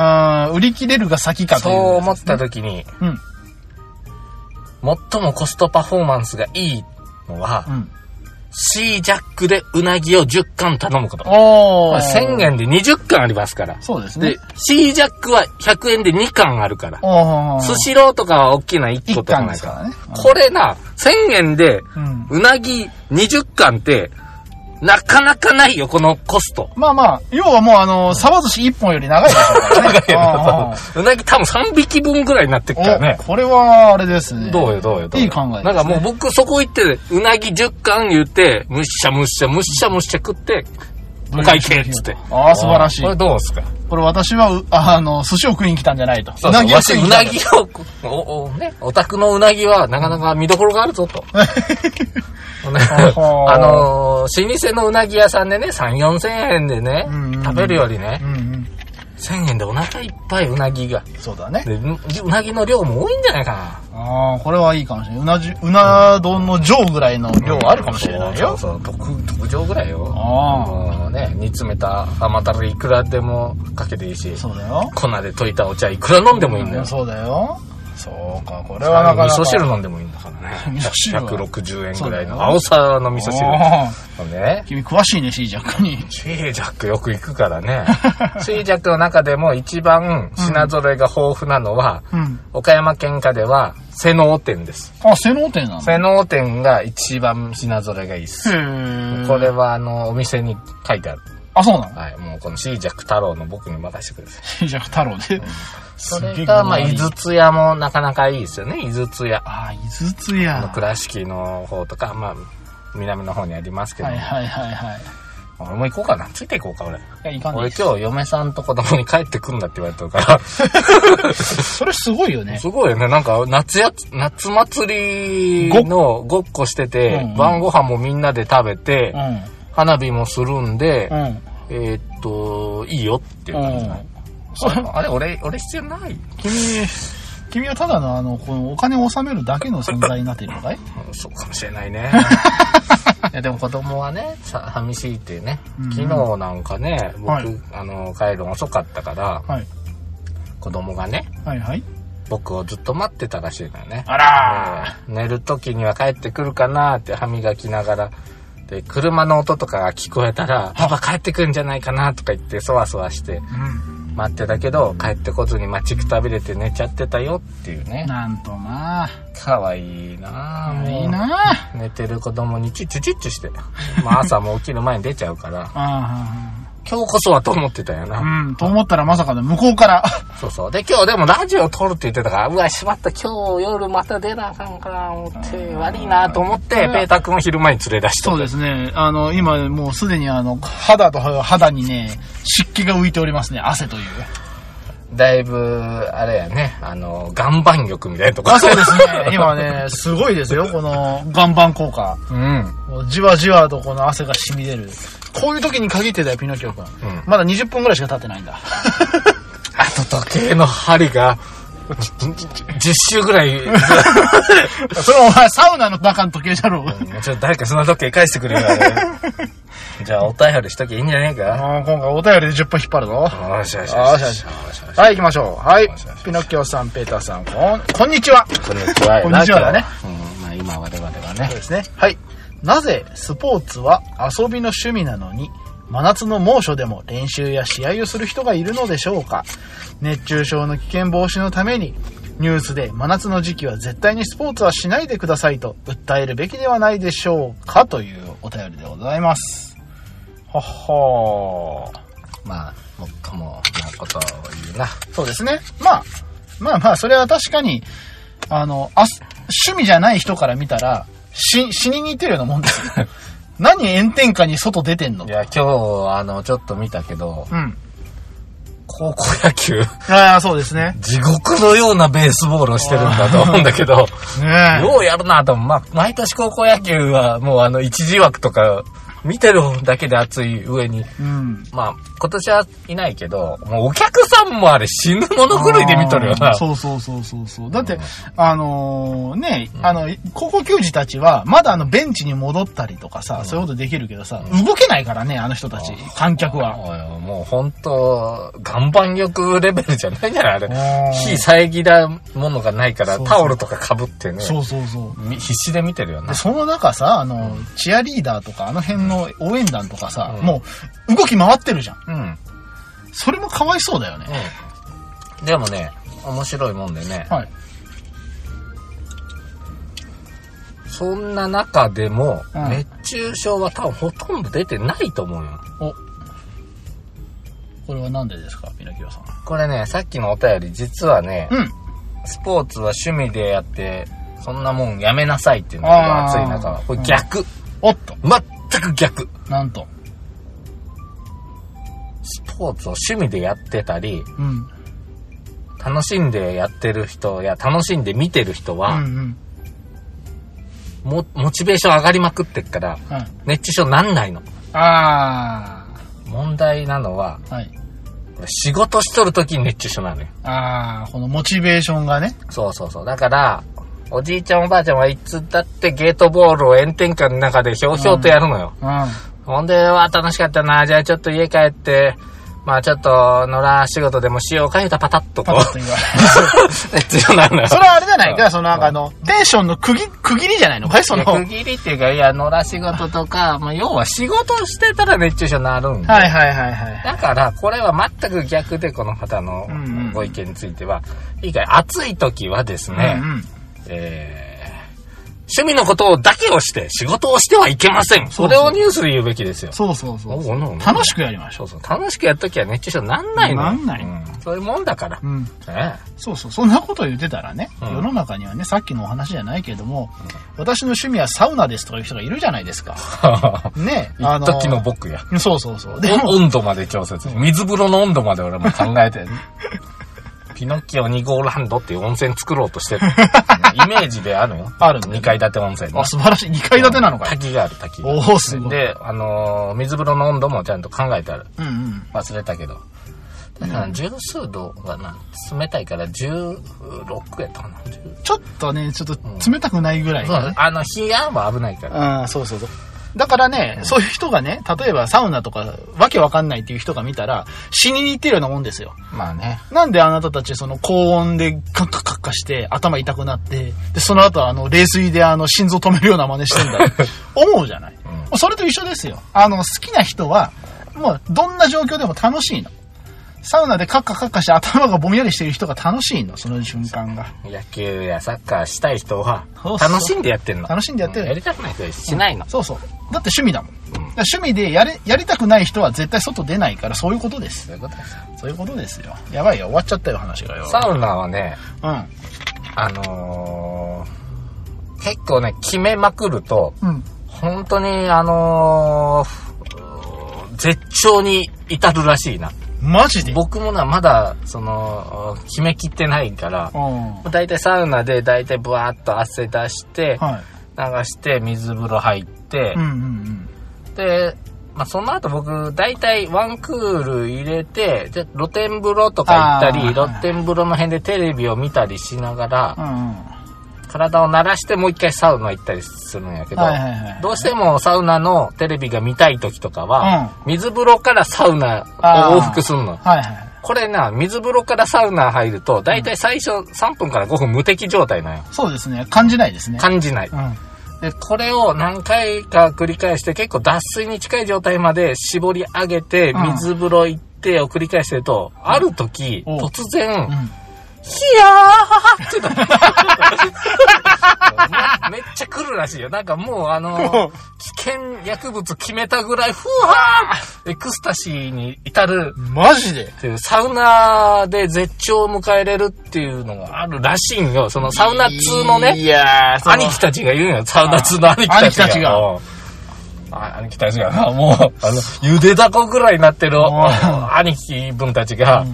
Speaker 2: ん、売り切れるが先かと
Speaker 1: そう
Speaker 2: いう。
Speaker 1: 思った時に、
Speaker 2: うん、
Speaker 1: 最もコストパフォーマンスがいいのは、
Speaker 2: うん。
Speaker 1: シージャックでうなぎを10貫頼むこと。
Speaker 2: お
Speaker 1: こ
Speaker 2: ー。
Speaker 1: れ1000円で20貫ありますから。
Speaker 2: そうですね
Speaker 1: で。、シージャックは100円で2貫あるから。
Speaker 2: おー。
Speaker 1: スシローとかは大きな1個とかないか
Speaker 2: 一
Speaker 1: ら。
Speaker 2: 貫ですからねうん
Speaker 1: これな、1000円で、
Speaker 2: うん。
Speaker 1: うなぎ20貫って、なかなかないよ、このコスト。
Speaker 2: まあまあ、要はもうあの、サバ寿司1本より長いでしょうからね。 あー
Speaker 1: うなぎ多分3匹分ぐらいになってっからね
Speaker 2: お、。これは、あれですね。
Speaker 1: どうよ、どうよ、どうよ。
Speaker 2: いい考えですね
Speaker 1: なんかもう僕そこ行って、うなぎ10貫言って、むっしゃむっしゃむっしゃむっしゃ食って、お会計っつって。
Speaker 2: ああ、素晴らしい
Speaker 1: こ。れどうですか
Speaker 2: これ私はう、あの、寿司を食いに来たんじゃないと。
Speaker 1: そうそう
Speaker 2: を
Speaker 1: わし
Speaker 2: 食いに
Speaker 1: う
Speaker 2: 来た
Speaker 1: なん
Speaker 2: だ
Speaker 1: ぎを、お、お、ね、お宅のうなぎはなかなか見どころがあるぞと。
Speaker 2: ほう
Speaker 1: あのー老舗のうなぎ屋さんでね、3、4千円でね
Speaker 2: うんうんう、ん
Speaker 1: 食べるよりね
Speaker 2: う、んうん。
Speaker 1: 1000円でお腹いっぱいうなぎが。
Speaker 2: そうだね。
Speaker 1: で、ううなぎの量も多いんじゃないかな。
Speaker 2: ああ、これはいいかもしれない。うなじ、うな丼の上ぐらいの量あるかもしれないよ。
Speaker 1: そうそう特、特上ぐらいよ。
Speaker 2: ああ
Speaker 1: もうね、煮詰めた甘たるいくらでもかけていいし、
Speaker 2: そうだよ。
Speaker 1: 粉で溶いたお茶いくら飲んでもいいんだよ。
Speaker 2: そうだよ。そうか、これはなかなか。
Speaker 1: 味噌汁飲んでもいいんだからね。
Speaker 2: 味噌汁は
Speaker 1: 160円ぐらい
Speaker 2: そうだ
Speaker 1: の
Speaker 2: よ
Speaker 1: 青さの味噌汁。
Speaker 2: ああ
Speaker 1: ね。
Speaker 2: 君詳しいね、シージャッ クに。
Speaker 1: シージャックよく行くから ね。シージャックの中でも一番品揃えが豊富なのは、
Speaker 2: うん。
Speaker 1: 岡山県下では、瀬能店です。
Speaker 2: あ、瀬能店なの
Speaker 1: 瀬能店が一番品揃えがいいです。
Speaker 2: へえ。
Speaker 1: これ。はあの、お店に書いてある。
Speaker 2: あ、そうなの
Speaker 1: はい。もうこのシージャック太郎の僕に任せてください。
Speaker 2: シージャック太郎で。
Speaker 1: そ
Speaker 2: すげ
Speaker 1: れ
Speaker 2: え
Speaker 1: が、まあ、
Speaker 2: こだわ
Speaker 1: 井
Speaker 2: り
Speaker 1: 筒屋もなかなかいいですよね。井筒屋。
Speaker 2: ああ、井筒
Speaker 1: あ
Speaker 2: や
Speaker 1: の、。倉敷の方とか、まあ、南の方にありますけど、
Speaker 2: はいはいはいはい。
Speaker 1: 俺も行こうかな。ついて行こうか、俺。
Speaker 2: いや、いかん
Speaker 1: 俺
Speaker 2: ね。
Speaker 1: 今日嫁さんと子供に帰ってくんだって言われてるから。
Speaker 2: それすごいよね。
Speaker 1: すごいよね。なんか、夏やつ、夏祭りのごっこしてて、
Speaker 2: うんうん
Speaker 1: 晩ご飯もみんなで食べて、
Speaker 2: うん。
Speaker 1: 花火もするんで、
Speaker 2: うん。
Speaker 1: えーっと、いいよっていう
Speaker 2: う
Speaker 1: 感じ、
Speaker 2: ん。
Speaker 1: あれ、俺、俺必要ない。
Speaker 2: 君、君はただのあの、このお金を納めるだけの存在になっているのかい
Speaker 1: うんそうかもしれない ね。いやでも子供はね、さ寂しいっていうね。
Speaker 2: うん
Speaker 1: 昨日なんかね、僕、
Speaker 2: はい
Speaker 1: あの、帰るの遅かったから、
Speaker 2: はい。
Speaker 1: 子供がね、
Speaker 2: はいはい。
Speaker 1: 僕をずっと待ってたらしいのよね。
Speaker 2: あら
Speaker 1: 寝る時には帰ってくるかなって歯磨きながら、で、車の音とかが聞こえたら、パパ帰ってくんじゃないかなとか言って、そわそわして
Speaker 2: う
Speaker 1: 待ってたけど、帰ってこずに待ちくたびれて寝ちゃってたよっていうね
Speaker 2: ん。。なんとまあ、
Speaker 1: かわいいなあもう
Speaker 2: いいなあ
Speaker 1: 寝てる子供にチュッチュチュッチュして、まあ、朝も起きる前に出ちゃうから
Speaker 2: あ
Speaker 1: 今日こそはと思ってたよ
Speaker 2: あ、
Speaker 1: な、
Speaker 2: うん、と思ったらまさかの向こうから。
Speaker 1: そうそうで今日でもラジオ撮るって言ってたからうわしまった今日夜また出なあかんから思って悪いなあと思ってペータ君を昼前に連れ出し
Speaker 2: そうですね。あの、今もうすでにあの、肌と肌にね、湿気が浮いておりますね。汗という。
Speaker 1: ただいぶあれやねあの岩盤浴みたいなとこ
Speaker 2: あ、そうですね。今ね、すごいですよ。この岩盤効果。
Speaker 1: うん
Speaker 2: もうじわじわとこの汗が染み出る。こういう時に限ってだよ、ピノキオ君。
Speaker 1: ん
Speaker 2: まだ20分ぐらいしか経ってないんだ。
Speaker 1: あと時計の針が
Speaker 2: ちちちち。
Speaker 1: 10周ぐら い、
Speaker 2: それお前サウナの中の時計じゃろうが。
Speaker 1: ちょっと誰かその時計返してくれよ、 あれじゃあ、お便りしときゃいいんじゃねえか
Speaker 2: あー今回お便りで10本引っ張るぞ。
Speaker 1: よしよし
Speaker 2: あ
Speaker 1: よ
Speaker 2: よ
Speaker 1: し
Speaker 2: し
Speaker 1: よ
Speaker 2: よ
Speaker 1: し
Speaker 2: し
Speaker 1: よしよし。
Speaker 2: はい、行きましょう。はい
Speaker 1: しよし。
Speaker 2: ピノッキオさん、ペーターさん、こん、こんにちは。
Speaker 1: こんにちはよ
Speaker 2: こんにちはだね。
Speaker 1: うんまあ、今我々は
Speaker 2: そう
Speaker 1: ね。
Speaker 2: ですね。はい。なぜスポーツは遊びの趣味なのに、真夏の猛暑でも練習や試合をする人がいるのでしょうか熱中症の危険防止のために、ニュースで真夏の時期は絶対にスポーツはしないでくださいと訴えるべきではないでしょうかというお便りでございます。はっはー。
Speaker 1: まあ、もっともなことを言うな。
Speaker 2: そうですね。まあ、まあまあ、それは確かに、あの、あす趣味じゃない人から見たら、し、死にに似てるようなもんです よ。何炎天下に外出てんの
Speaker 1: いや、今日、あの、ちょっと見たけど、
Speaker 2: うん。
Speaker 1: 高校野球、
Speaker 2: ああ、そうですね。
Speaker 1: 地獄のようなベースボールをしてるんだと思うんだけど、
Speaker 2: ね
Speaker 1: ようやるなと思う。まあ、毎年高校野球は、もうあの、一時枠とか、見てるだけで熱い上に、
Speaker 2: え。うん。
Speaker 1: まあ、今年はいないけど、もうお客さんもあれ死ぬもの狂いで見とるよ
Speaker 2: あ
Speaker 1: な
Speaker 2: ー。そうそうそうそうそう。だって、あのーね、あの、高校球児たちは、まだあの、ベンチに戻ったりとかさ、そういうことできるけどさ、動けないからね、あの人たち、観客は。
Speaker 1: おいもう本当、岩盤浴レベルじゃないんじゃないあれ
Speaker 2: うん。
Speaker 1: 火遮らんものがないから
Speaker 2: そうそう
Speaker 1: タオルとかかぶってね、
Speaker 2: そうそうそう。
Speaker 1: み必死で見てるよな
Speaker 2: で。その中さ、あの、チアリーダーとか、あの辺の応援団とかさ、もう、動き回ってるじゃん。
Speaker 1: うん。うん。
Speaker 2: それもかわいそうだよね。
Speaker 1: でもね、面白いもんでね、
Speaker 2: はい。
Speaker 1: そんな中でも、
Speaker 2: うん
Speaker 1: 熱中症は多分ほとんど出てないと思うよ。
Speaker 2: お。これはなんでですか、ピノキオさん。
Speaker 1: これね、さっきのお便り、実はね、
Speaker 2: うん。
Speaker 1: スポーツは趣味でやって、そんなもんやめなさいっていうのが
Speaker 2: あ
Speaker 1: 暑
Speaker 2: ー
Speaker 1: い中は。これ逆。
Speaker 2: おっと、
Speaker 1: 全く逆。
Speaker 2: なんと。
Speaker 1: スポーツを趣味でやってたり、
Speaker 2: うん。
Speaker 1: 楽しんでやってる人や楽しんで見てる人
Speaker 2: うん
Speaker 1: は、
Speaker 2: うん。
Speaker 1: もモチベーション上がりまくってっから、
Speaker 2: はい。
Speaker 1: 熱中症なんないの。
Speaker 2: あ
Speaker 1: 問題なのは、
Speaker 2: ー。はい。
Speaker 1: 仕事しとる時に熱中症なのよ。
Speaker 2: あー、このモチベーションがね。
Speaker 1: そうそうそう。だから、おじいちゃんおばあちゃんはいつだってゲートボールを炎天下の中でひょうひょうとやるのよ。
Speaker 2: うん。あ
Speaker 1: ほんで、わあ、楽しかったな。じゃあちょっと家帰って、まあちょっと、野良仕事でもしようか、言うたらパタッとこ
Speaker 2: パ
Speaker 1: う
Speaker 2: パッと。言われる
Speaker 1: 熱中症なのよ。
Speaker 2: それはあれじゃない
Speaker 1: うん
Speaker 2: か、そのなんかあの、テンションの区切区切りじゃないのかいその。
Speaker 1: いや
Speaker 2: はい
Speaker 1: 区切りっていうか、いや、野良仕事とか、まあ要は仕事してたら熱中症になるんで。
Speaker 2: はいはいはい。
Speaker 1: だから、これは全く逆で、この方の
Speaker 2: うんうん
Speaker 1: ご意見については、いいかい暑い時はですね、
Speaker 2: うんうん。
Speaker 1: えー趣味のことだけをして、仕事をしてはいけません。
Speaker 2: そ
Speaker 1: そう
Speaker 2: そ
Speaker 1: れ
Speaker 2: う
Speaker 1: をニュースで言うべきですよ。
Speaker 2: そうそうそう。
Speaker 1: おうおう
Speaker 2: 楽しくやりましょ
Speaker 1: そうそう。楽しくやっときゃ熱中症なんないの。
Speaker 2: なんない
Speaker 1: うんそういうもんだから。
Speaker 2: う。うん。
Speaker 1: ね
Speaker 2: そうそう、そんなこと言ってたらね、
Speaker 1: うん
Speaker 2: 世の中にはね、さっきのお話じゃないけれども、私の趣味はサウナですとかいう人がいるじゃないですか。ね、
Speaker 1: 一時の僕や。
Speaker 2: そうそうそう。でも、
Speaker 1: 温度まで調節して水風呂の温度まで俺も考え て。ピノッキオ2号ランドっていう温泉作ろうと してる。イメージであるよ。
Speaker 2: あるんだよ
Speaker 1: 2階建て温泉ね
Speaker 2: あ、素晴らしい。2階建てなのかい。
Speaker 1: 滝がある、滝がある。
Speaker 2: おお、すごい。
Speaker 1: で、あのー水風呂の温度もちゃんと考えてある。
Speaker 2: うんうん。
Speaker 1: 忘れたけど。だから、十数度がな、冷たいから16やったかな。10
Speaker 2: ちょっとね、ちょっと冷たくないぐらい
Speaker 1: そう
Speaker 2: が
Speaker 1: だね
Speaker 2: ね。
Speaker 1: あの、冷やは危ないから。
Speaker 2: ああ、そうそうそう。だからね、そういう人がね、例えばサウナとか、わけわかんないっていう人が見たら、死にに行ってるようなもんですよ。
Speaker 1: まあね。
Speaker 2: なんであなたたちその高温でカッカッカッカして頭痛くなって、で、その後あの冷水であの心臓止めるような真似してんだよ 思うじゃない、もうそれと一緒ですよ。あの好きな人は、もうどんな状況でも楽しいの。サウナでカッカカッカして頭がぼんやりしてる人が楽しいの、その瞬間が。
Speaker 1: 野球やサッカーしたい人は
Speaker 2: そう、そう
Speaker 1: 楽しんでやってんの。
Speaker 2: 楽しんでやってる
Speaker 1: うやりたくない人はしないの。
Speaker 2: そうそう。だって趣味だもん。だから趣味でやれ、やりたくない人は絶対外出ないからそういうことです。
Speaker 1: そういうことですよ
Speaker 2: そういうことですよ。やばいよ、終わっちゃったよ、話がよ。
Speaker 1: サウナはね、
Speaker 2: う
Speaker 1: あのー結構ね、決めまくると、
Speaker 2: ん。うん。
Speaker 1: 本当に、あのーふ絶頂に至るらしいな。
Speaker 2: マジで
Speaker 1: 僕もな、まだ、その、決めきってないから
Speaker 2: う、ん。は
Speaker 1: だいたいサウナでだいたいブワーっと汗出して、
Speaker 2: い。
Speaker 1: 流して、水風呂入って
Speaker 2: うんう、んうん。
Speaker 1: で、ままあ、その後僕、大体ワンクール入れて、で露天風呂とか行った
Speaker 2: あー
Speaker 1: り、露天風呂の辺でテレビを見たりしながら
Speaker 2: う、んうん。
Speaker 1: 体を慣らしてもう一回サウナ行ったりするんやけど、
Speaker 2: はいはいはい。
Speaker 1: どうしてもサウナのテレビが見たい時とかは、水風呂からサウナを往復するの。
Speaker 2: はいはい。
Speaker 1: これな、水風呂からサウナ入ると、だいたい最初3分から5分無敵状態なんよ。
Speaker 2: そうですね。感じないですね。
Speaker 1: 感じない。
Speaker 2: うん。
Speaker 1: で、これを何回か繰り返して、結構脱水に近い状態まで絞り上げて、
Speaker 2: うん
Speaker 1: 水風呂行ってを繰り返してると、ある時、
Speaker 2: お
Speaker 1: 突然
Speaker 2: う、ん。
Speaker 1: ヒヤーって なった。めっちゃ来るらしいよ。なんかもうあの、危険薬物決めたぐらい、ふわーエクスタシーに至る
Speaker 2: マジで
Speaker 1: っていう、サウナで絶頂を迎えれるっていうのがあるらしいんよ。そのサウナ通のね、
Speaker 2: いやー、その
Speaker 1: 兄貴たちが言うんよ。サウナ通の兄貴たちが。
Speaker 2: 兄貴たちが
Speaker 1: うんあ兄貴たちがな、もう、あの、ゆでだこぐらいになってる、
Speaker 2: ん
Speaker 1: 兄貴分たちが、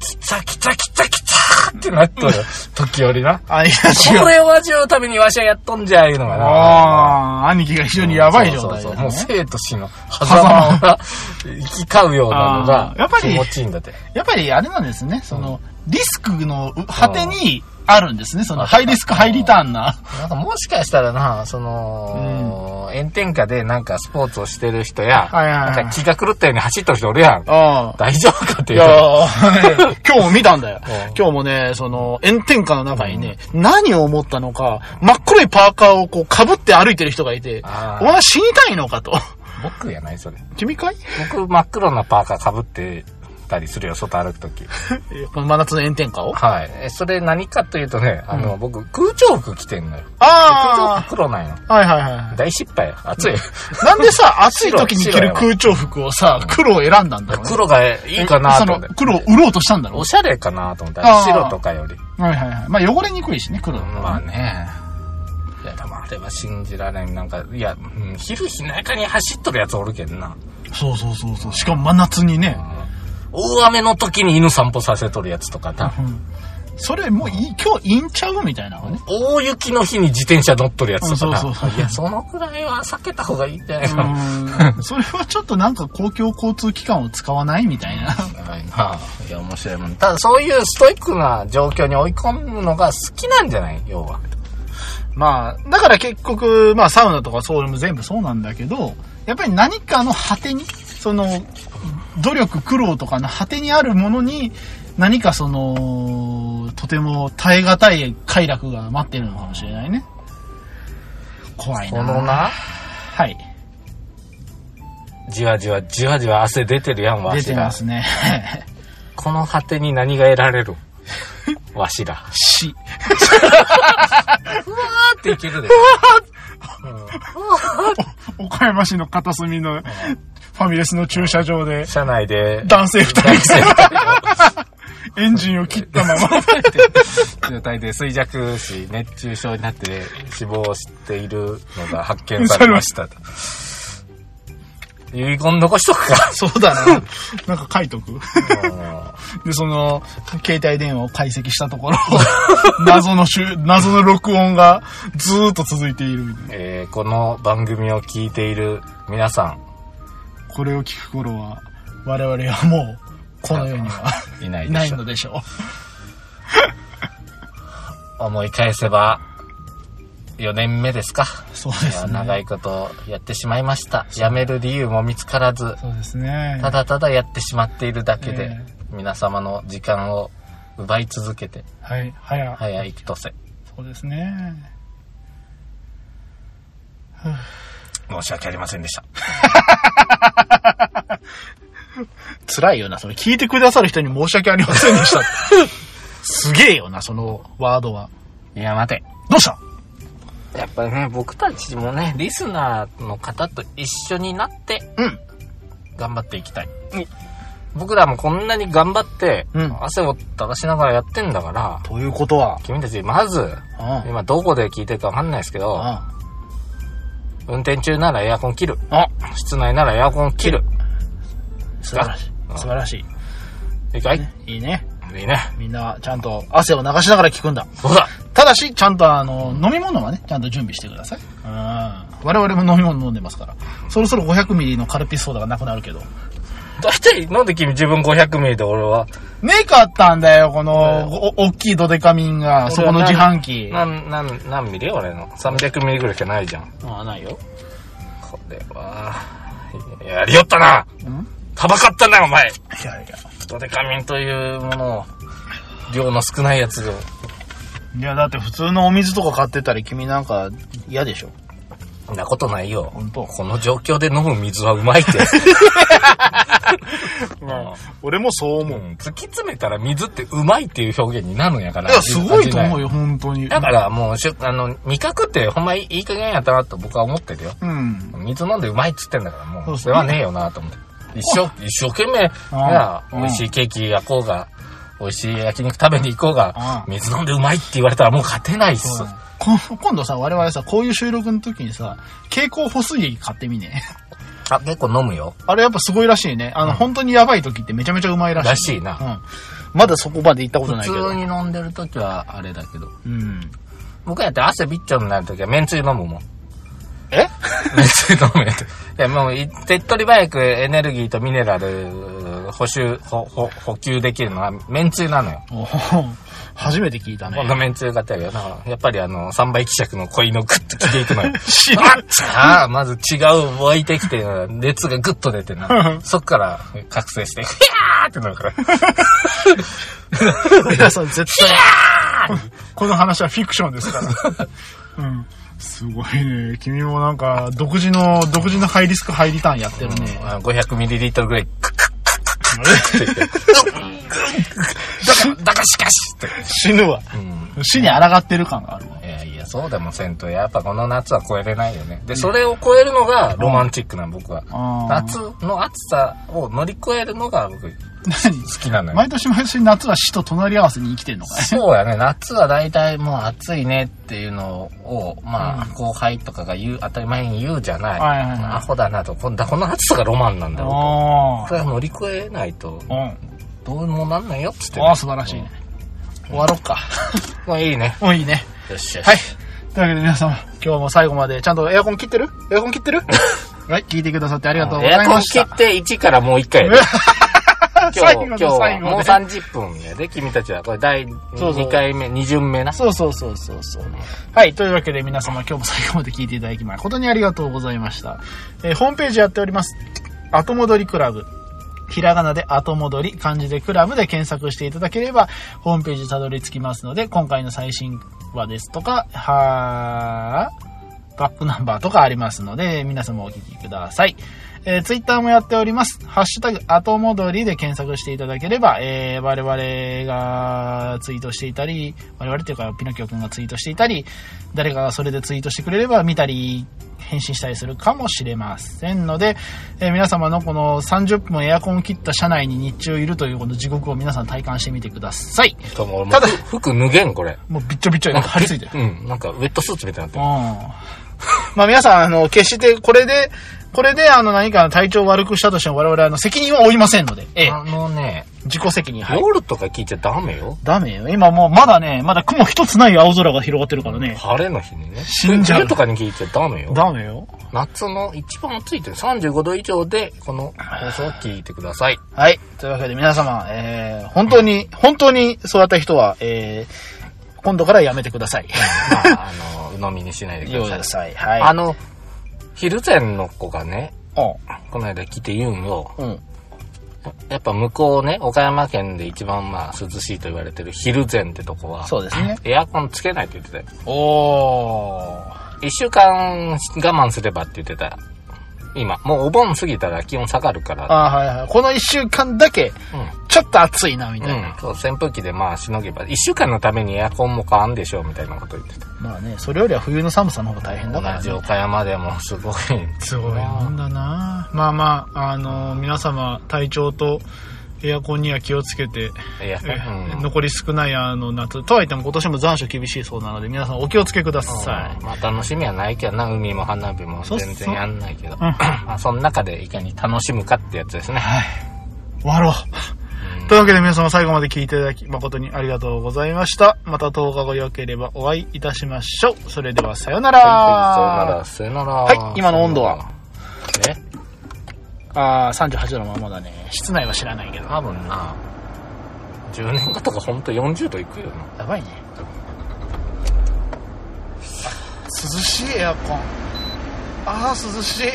Speaker 1: きたきたきたきたってなっとる。時折な。
Speaker 2: 兄貴たち
Speaker 1: こ
Speaker 2: が。
Speaker 1: れを味わうためにわしはやっとんじゃ、いうのがな。
Speaker 2: ああ、兄貴が非常にやばい状態
Speaker 1: そ
Speaker 2: だ
Speaker 1: うそうそう
Speaker 2: ね
Speaker 1: もう生と 死の狭間が行き交うようなの
Speaker 2: あ
Speaker 1: が
Speaker 2: ーやっぱ
Speaker 1: 気
Speaker 2: り
Speaker 1: 持ちいいんだって。
Speaker 2: やっぱりあれなんですね。その、リスクの果てにあるんですね。その、ハイリスク、ハイリターンな。
Speaker 1: なんかもしかしたらな、その、炎天下でなんかスポーツをしてる人や、
Speaker 2: はいはいはい
Speaker 1: なんか気が狂ったように走っとる人おるやん。
Speaker 2: ああ。
Speaker 1: 大丈夫かって
Speaker 2: い
Speaker 1: いう。
Speaker 2: やー 今日も見た んだよ。今日もね、その、炎天下の中にね、何を思ったのか、真っ黒いパーカーをこう被って歩いてる人がいて、
Speaker 1: あー
Speaker 2: お前死にたい のかと。
Speaker 1: 僕やない、それ。
Speaker 2: 君かい
Speaker 1: 僕、真っ黒なパーカー被ってたりするよ、外歩くとき。
Speaker 2: この真夏の炎天下を
Speaker 1: はい。え、それ何かというとね、あの、僕、空調服着てんのよ。空調
Speaker 2: あ
Speaker 1: 服黒ないの。
Speaker 2: あはいはいはい。
Speaker 1: 大失敗よ。暑い。
Speaker 2: なん でさ、暑い時に着る空調服をさ、黒を選んだんだろうね。
Speaker 1: 黒がいいかなと
Speaker 2: そ
Speaker 1: 思
Speaker 2: の
Speaker 1: って。、
Speaker 2: 黒を売ろうとしたんだろ
Speaker 1: お
Speaker 2: う
Speaker 1: しゃれかなと思った
Speaker 2: あー
Speaker 1: ら、白とかより。
Speaker 2: はいはいはい。まあ汚れにくいしね、黒だと
Speaker 1: まあね。いや、でもあれは信じられん。なんか、いや、うん、昼日中に走っとるやつおるけどな。
Speaker 2: そうそうそうそう。しかも真夏にね。
Speaker 1: 大雨の時に犬散歩させとるやつとかな。
Speaker 2: それもういい、今日いいんちゃうみたいなのね。
Speaker 1: 大雪の日に自転車乗っとるやつとかな。
Speaker 2: うんそうそうそう
Speaker 1: いや、そのくらいは避けた方がいいんじゃないかな。
Speaker 2: うん。それはちょっとなんか公共交通機関を使わないみたいな。
Speaker 1: はいな。いや、面白いもん。ただ、そういうストイックな状況に追い込むのが好きなんじゃない要は。
Speaker 2: まあ、だから結局、まあサウナとかそういうのも全部そうなんだけど、やっぱり何かの果てに、その、努力、苦労とかの果てにあるものに、何かその、とても耐え難い快楽が待ってるのかもしれないね。怖い
Speaker 1: この
Speaker 2: な。
Speaker 1: な、
Speaker 2: はい。
Speaker 1: じわじわ、じわじわ汗出てるやん、わ
Speaker 2: 出
Speaker 1: してら
Speaker 2: ま。すね。
Speaker 1: この果てに何が得られ るわしら。
Speaker 2: 死。
Speaker 1: っていけるで。
Speaker 2: 岡山市の片隅のファミレスの駐車場 で、
Speaker 1: 車内で、
Speaker 2: 男性二
Speaker 1: 男性
Speaker 2: エンジンを切ったまま。
Speaker 1: 状態で衰弱し、熱中症になって死亡しているのが発見されました。遺言残しとくか。
Speaker 2: そうだな。 なんか書いとく。 で、その、携帯電話を解析したところ、 謎の集、謎の録音がずーっと続いているみたいな。
Speaker 1: えーこの番組を聞いている皆さん、
Speaker 2: これを聞く頃は、我々はもう、この世には
Speaker 1: いないいで
Speaker 2: ない
Speaker 1: しょ
Speaker 2: の。でしょ
Speaker 1: 思い返せば、4年目ですか。
Speaker 2: う。そうですね。
Speaker 1: 長いことやってしまいました。辞める理由も見つからず、
Speaker 2: そうですね。
Speaker 1: ただただやってしまっているだけで
Speaker 2: え、
Speaker 1: 皆様の時間を奪い続けて、
Speaker 2: はい、はや、
Speaker 1: 早いとせ。
Speaker 2: そうですね。
Speaker 1: 申し訳ありませんでした。
Speaker 2: 辛いよな、それ。聞いてくださる人に申し訳ありませんでした。すげえよな、 そのワードは。
Speaker 1: いや、待て。
Speaker 2: どうした
Speaker 1: やっぱりね、僕たちもね、リスナーの方と一緒になって、
Speaker 2: うん。
Speaker 1: 頑張っていきたい
Speaker 2: うん。
Speaker 1: 僕らもこんなに頑張って、
Speaker 2: うん
Speaker 1: 汗を垂らしながらやってんだから、
Speaker 2: ということは、
Speaker 1: 君たち、まず、
Speaker 2: うん。
Speaker 1: 今どこで聞いてるかわかんないですけど、運転中ならエアコン切る。
Speaker 2: あ、
Speaker 1: 室内ならエアコン切る。
Speaker 2: 素晴らしい。素晴らし
Speaker 1: いいかい
Speaker 2: い。いいね。
Speaker 1: いいね。
Speaker 2: みんな、ちゃんと汗を流しながら聞くんだ。
Speaker 1: そうだ
Speaker 2: ただし、ちゃんとあの、飲み物はね、ちゃんと準備してください。うん。我々も飲み物飲んでますから。そろそろ500ミリのカルピスソーダがなくなるけど。
Speaker 1: 大体、なんで君自分500ミリで俺は、
Speaker 2: ねえかったんだよ、この、お、大きいドデカミンが、そこの自販機。
Speaker 1: なん、なん、何ミリ俺の。300ミリぐらいしかないじゃん。
Speaker 2: ああ、ないよ。
Speaker 1: これは、やりよったなんタバかったな、お前
Speaker 2: いやいや。
Speaker 1: ドデカミンというものを、量の少ないやつを。
Speaker 2: いや、だって普通のお水とか買ってたり、君なんか嫌でしょ。
Speaker 1: そんなことないよ。
Speaker 2: 本当
Speaker 1: この状況で飲む水はうまい って。
Speaker 2: 俺もそう
Speaker 1: う
Speaker 2: 思
Speaker 1: ん、突き詰めたら水ってうまいっていう表現になるんやから。
Speaker 2: いや、すごいと思
Speaker 1: よ。
Speaker 2: うよ、本当に。
Speaker 1: だからもうしゅ、あの、味覚ってほんまいい加減やったなと僕は思ってるよ。
Speaker 2: うん。
Speaker 1: 水飲んでうまいっつってんだから、
Speaker 2: そ
Speaker 1: も
Speaker 2: う
Speaker 1: う、
Speaker 2: そう
Speaker 1: それはねえよなと思って。一生、一生懸命、な
Speaker 2: うん
Speaker 1: 美味しいケーキ焼こうが、美味しい焼肉食べに行こうが
Speaker 2: う、
Speaker 1: 水飲んでうまいって言われたらもう勝てないっす。
Speaker 2: こ今度さ、我々さ、こういう収録の時にさ、蛍光補水液買ってみね。
Speaker 1: あ、結構飲むよ。
Speaker 2: あれやっぱすごいらしいね。あの、本当にやばい時ってめちゃめちゃうまいらしい。
Speaker 1: らしいな。
Speaker 2: うん。まだそこまで行ったこと
Speaker 1: 普
Speaker 2: ないけど
Speaker 1: 通。に飲んでる時はあれだけど。
Speaker 2: うん。
Speaker 1: 僕やって汗びっちょになる時はめんつゆ飲むもん。
Speaker 2: え
Speaker 1: めんつゆ飲むやつ。いや、もうい、手っ取り早くエネルギーとミネラル補修、ほほ補給できるのはめんつゆなのよ。
Speaker 2: おー初めて聞いた
Speaker 1: こん
Speaker 2: ね。
Speaker 1: なめんつゆ買ってあるよ。だからやっぱりあの、三倍希釈の濃いのグッと着ていくのよ。
Speaker 2: 知らん
Speaker 1: あっちゃーまず違う湧いてきて、熱がグッと出てな。そっから覚醒して、ヒャーってなるから。ヒ
Speaker 2: 皆さん絶対、
Speaker 1: ャー
Speaker 2: この話はフィクションですから。 うん。すごいね。君もなんか、独自の、独自のハイリスクハイリターンやってるね。
Speaker 1: 500ミリリットルぐらい、クックックックッって。だが、だがしかしって。
Speaker 2: 死ぬわ。
Speaker 1: うん
Speaker 2: 死に抗ってる感があるわ。
Speaker 1: いやいや、そうでもせんと、やっぱこの夏は超えれないよね。で、それを超えるのがロマンチックなの僕は。
Speaker 2: あー
Speaker 1: 夏の暑さを乗り越えるのが僕好
Speaker 2: 何
Speaker 1: きなのよ。
Speaker 2: 毎年毎年夏は死と隣り合わせに生きてるのかい
Speaker 1: そうやね。夏は大体もう暑いねっていうのを、まあ、後輩とかが言う、当たり前に言うじゃない。
Speaker 2: はいはいはい
Speaker 1: アホだなと。こんだこの暑さがロマンなんだろ
Speaker 2: あ
Speaker 1: う。これは乗り越えないと、
Speaker 2: あ。うん。
Speaker 1: どうにもなんないよっつってね、
Speaker 2: ああ、素晴らしいね。終わろっか。
Speaker 1: もういいね。
Speaker 2: もういいね。
Speaker 1: よしよし。
Speaker 2: はい。というわけで皆様、今日も最後までちゃんとエアコン切ってるエアコン切 ってるはい、聞いてくださってありがとうご
Speaker 1: エ
Speaker 2: ざ
Speaker 1: ア
Speaker 2: い
Speaker 1: コン
Speaker 2: まし
Speaker 1: 切
Speaker 2: た。
Speaker 1: って1からもう1回やる。今日、
Speaker 2: 最後
Speaker 1: 今
Speaker 2: の
Speaker 1: 日は
Speaker 2: 最後
Speaker 1: もう
Speaker 2: で。
Speaker 1: 30分やで、君たちは。これ第
Speaker 2: そうそう
Speaker 1: 2回目、2巡目な。
Speaker 2: そうそうそうそうそう。はい。というわけで皆様今日も最後まで聞いていただき誠にありがとうございました。えーホームページやっております。後戻りクラブ。ひらがなで後戻り、漢字でクラブで検索していただければ、ホームページにたどり着きますので、今回の最新話ですとか、はー、バックナンバーとかありますので、皆様お聞きください。えー、ツイッターもやっております。ハッシュタグ、後戻りで検索していただければ、えー、我々がツイートしていたり、我々というか、ピノキオくんがツイートしていたり、誰かがそれでツイートしてくれれば見たり、返信したりするかもしれませんので、えー皆様のこの30分エアコンを切った車内に日中いるというこの地獄を皆さん体感してみてください。
Speaker 1: しかも俺も
Speaker 2: ただ
Speaker 1: ふ服脱げん、これ。
Speaker 2: もうびっちょびっちょになんか張り付いてる。
Speaker 1: うん、なんかウェットスーツみたいに
Speaker 2: うん
Speaker 1: なっ。
Speaker 2: まあ皆さん、あの、決してこれで、これであの何か体調を悪くしたとしても我々あの責任は負いませんので、え
Speaker 1: て
Speaker 2: え
Speaker 1: る。、あのね、
Speaker 2: 自己責任。はい。
Speaker 1: 夜とか聞いちゃダメよ。
Speaker 2: ダメよ。今もうまだね、まだ雲一つない青空が広がってるからね。
Speaker 1: 晴れの日にね。
Speaker 2: 死んじゃう
Speaker 1: 冬とかに聞いちゃダメよ。
Speaker 2: ダメよ。
Speaker 1: 夏の一番暑いという35度以上で、この放送を聞いてください。
Speaker 2: はい。というわけで皆様、えー、本当に、本当にそうやった人は、えー、今度からやめてください。
Speaker 1: まあ、あの、鵜呑みにしないでく
Speaker 2: よう
Speaker 1: だ
Speaker 2: だ
Speaker 1: さい。
Speaker 2: さい。はい。
Speaker 1: あの、昼前の子がね、
Speaker 2: の、
Speaker 1: この間来て言うんよ。
Speaker 2: うん。
Speaker 1: やっぱ向こうね、岡山県で一番まあ涼しいと言われてる昼前ってとこは、
Speaker 2: そうですね。
Speaker 1: エアコンつけないって言ってたよ。
Speaker 2: おー。
Speaker 1: 一週間我慢すればって言ってた。今、もうお盆過ぎたら気温下がるから。
Speaker 2: あーはいはい。この一週間だけ、
Speaker 1: う
Speaker 2: ちょっと暑いな、み
Speaker 1: ん。
Speaker 2: た
Speaker 1: う
Speaker 2: いな。
Speaker 1: ん。そう、扇風機でまあしのげば。一週間のためにエアコンも買わんでしょうみたいなこと言ってた。
Speaker 2: まあね、それよりは冬の寒さの方が大変だから
Speaker 1: 同
Speaker 2: ね
Speaker 1: じ。岡山でもすごい。
Speaker 2: すごいもんだなまあまあ、あのー皆様、体調とエアコンには気をつけて、
Speaker 1: エアコ
Speaker 2: え
Speaker 1: ン。うん
Speaker 2: 残り少ないあの夏、とはいっても今年も残暑厳しいそうなので、皆さんお気をつけくださ
Speaker 1: まあ楽しみはないけどな、海も花火も
Speaker 2: そう
Speaker 1: 全然やんない けど。
Speaker 2: そううん
Speaker 1: まあその中でいかに楽しむかってやつですね。
Speaker 2: い。終わろう。というわけで皆様最後まで聞いていただき誠にありがとうございました。また10日後よければお会いいたしましょう。それではさよなら。
Speaker 1: はい、さよなら、さよなら。
Speaker 2: はい今の温度は
Speaker 1: え
Speaker 2: ああ、38度のままだね。室内は知らないけど。
Speaker 1: 多分な、10年後とかほんと40度いくよな。
Speaker 2: やばいね。涼しいエアコン。ああ、涼しい。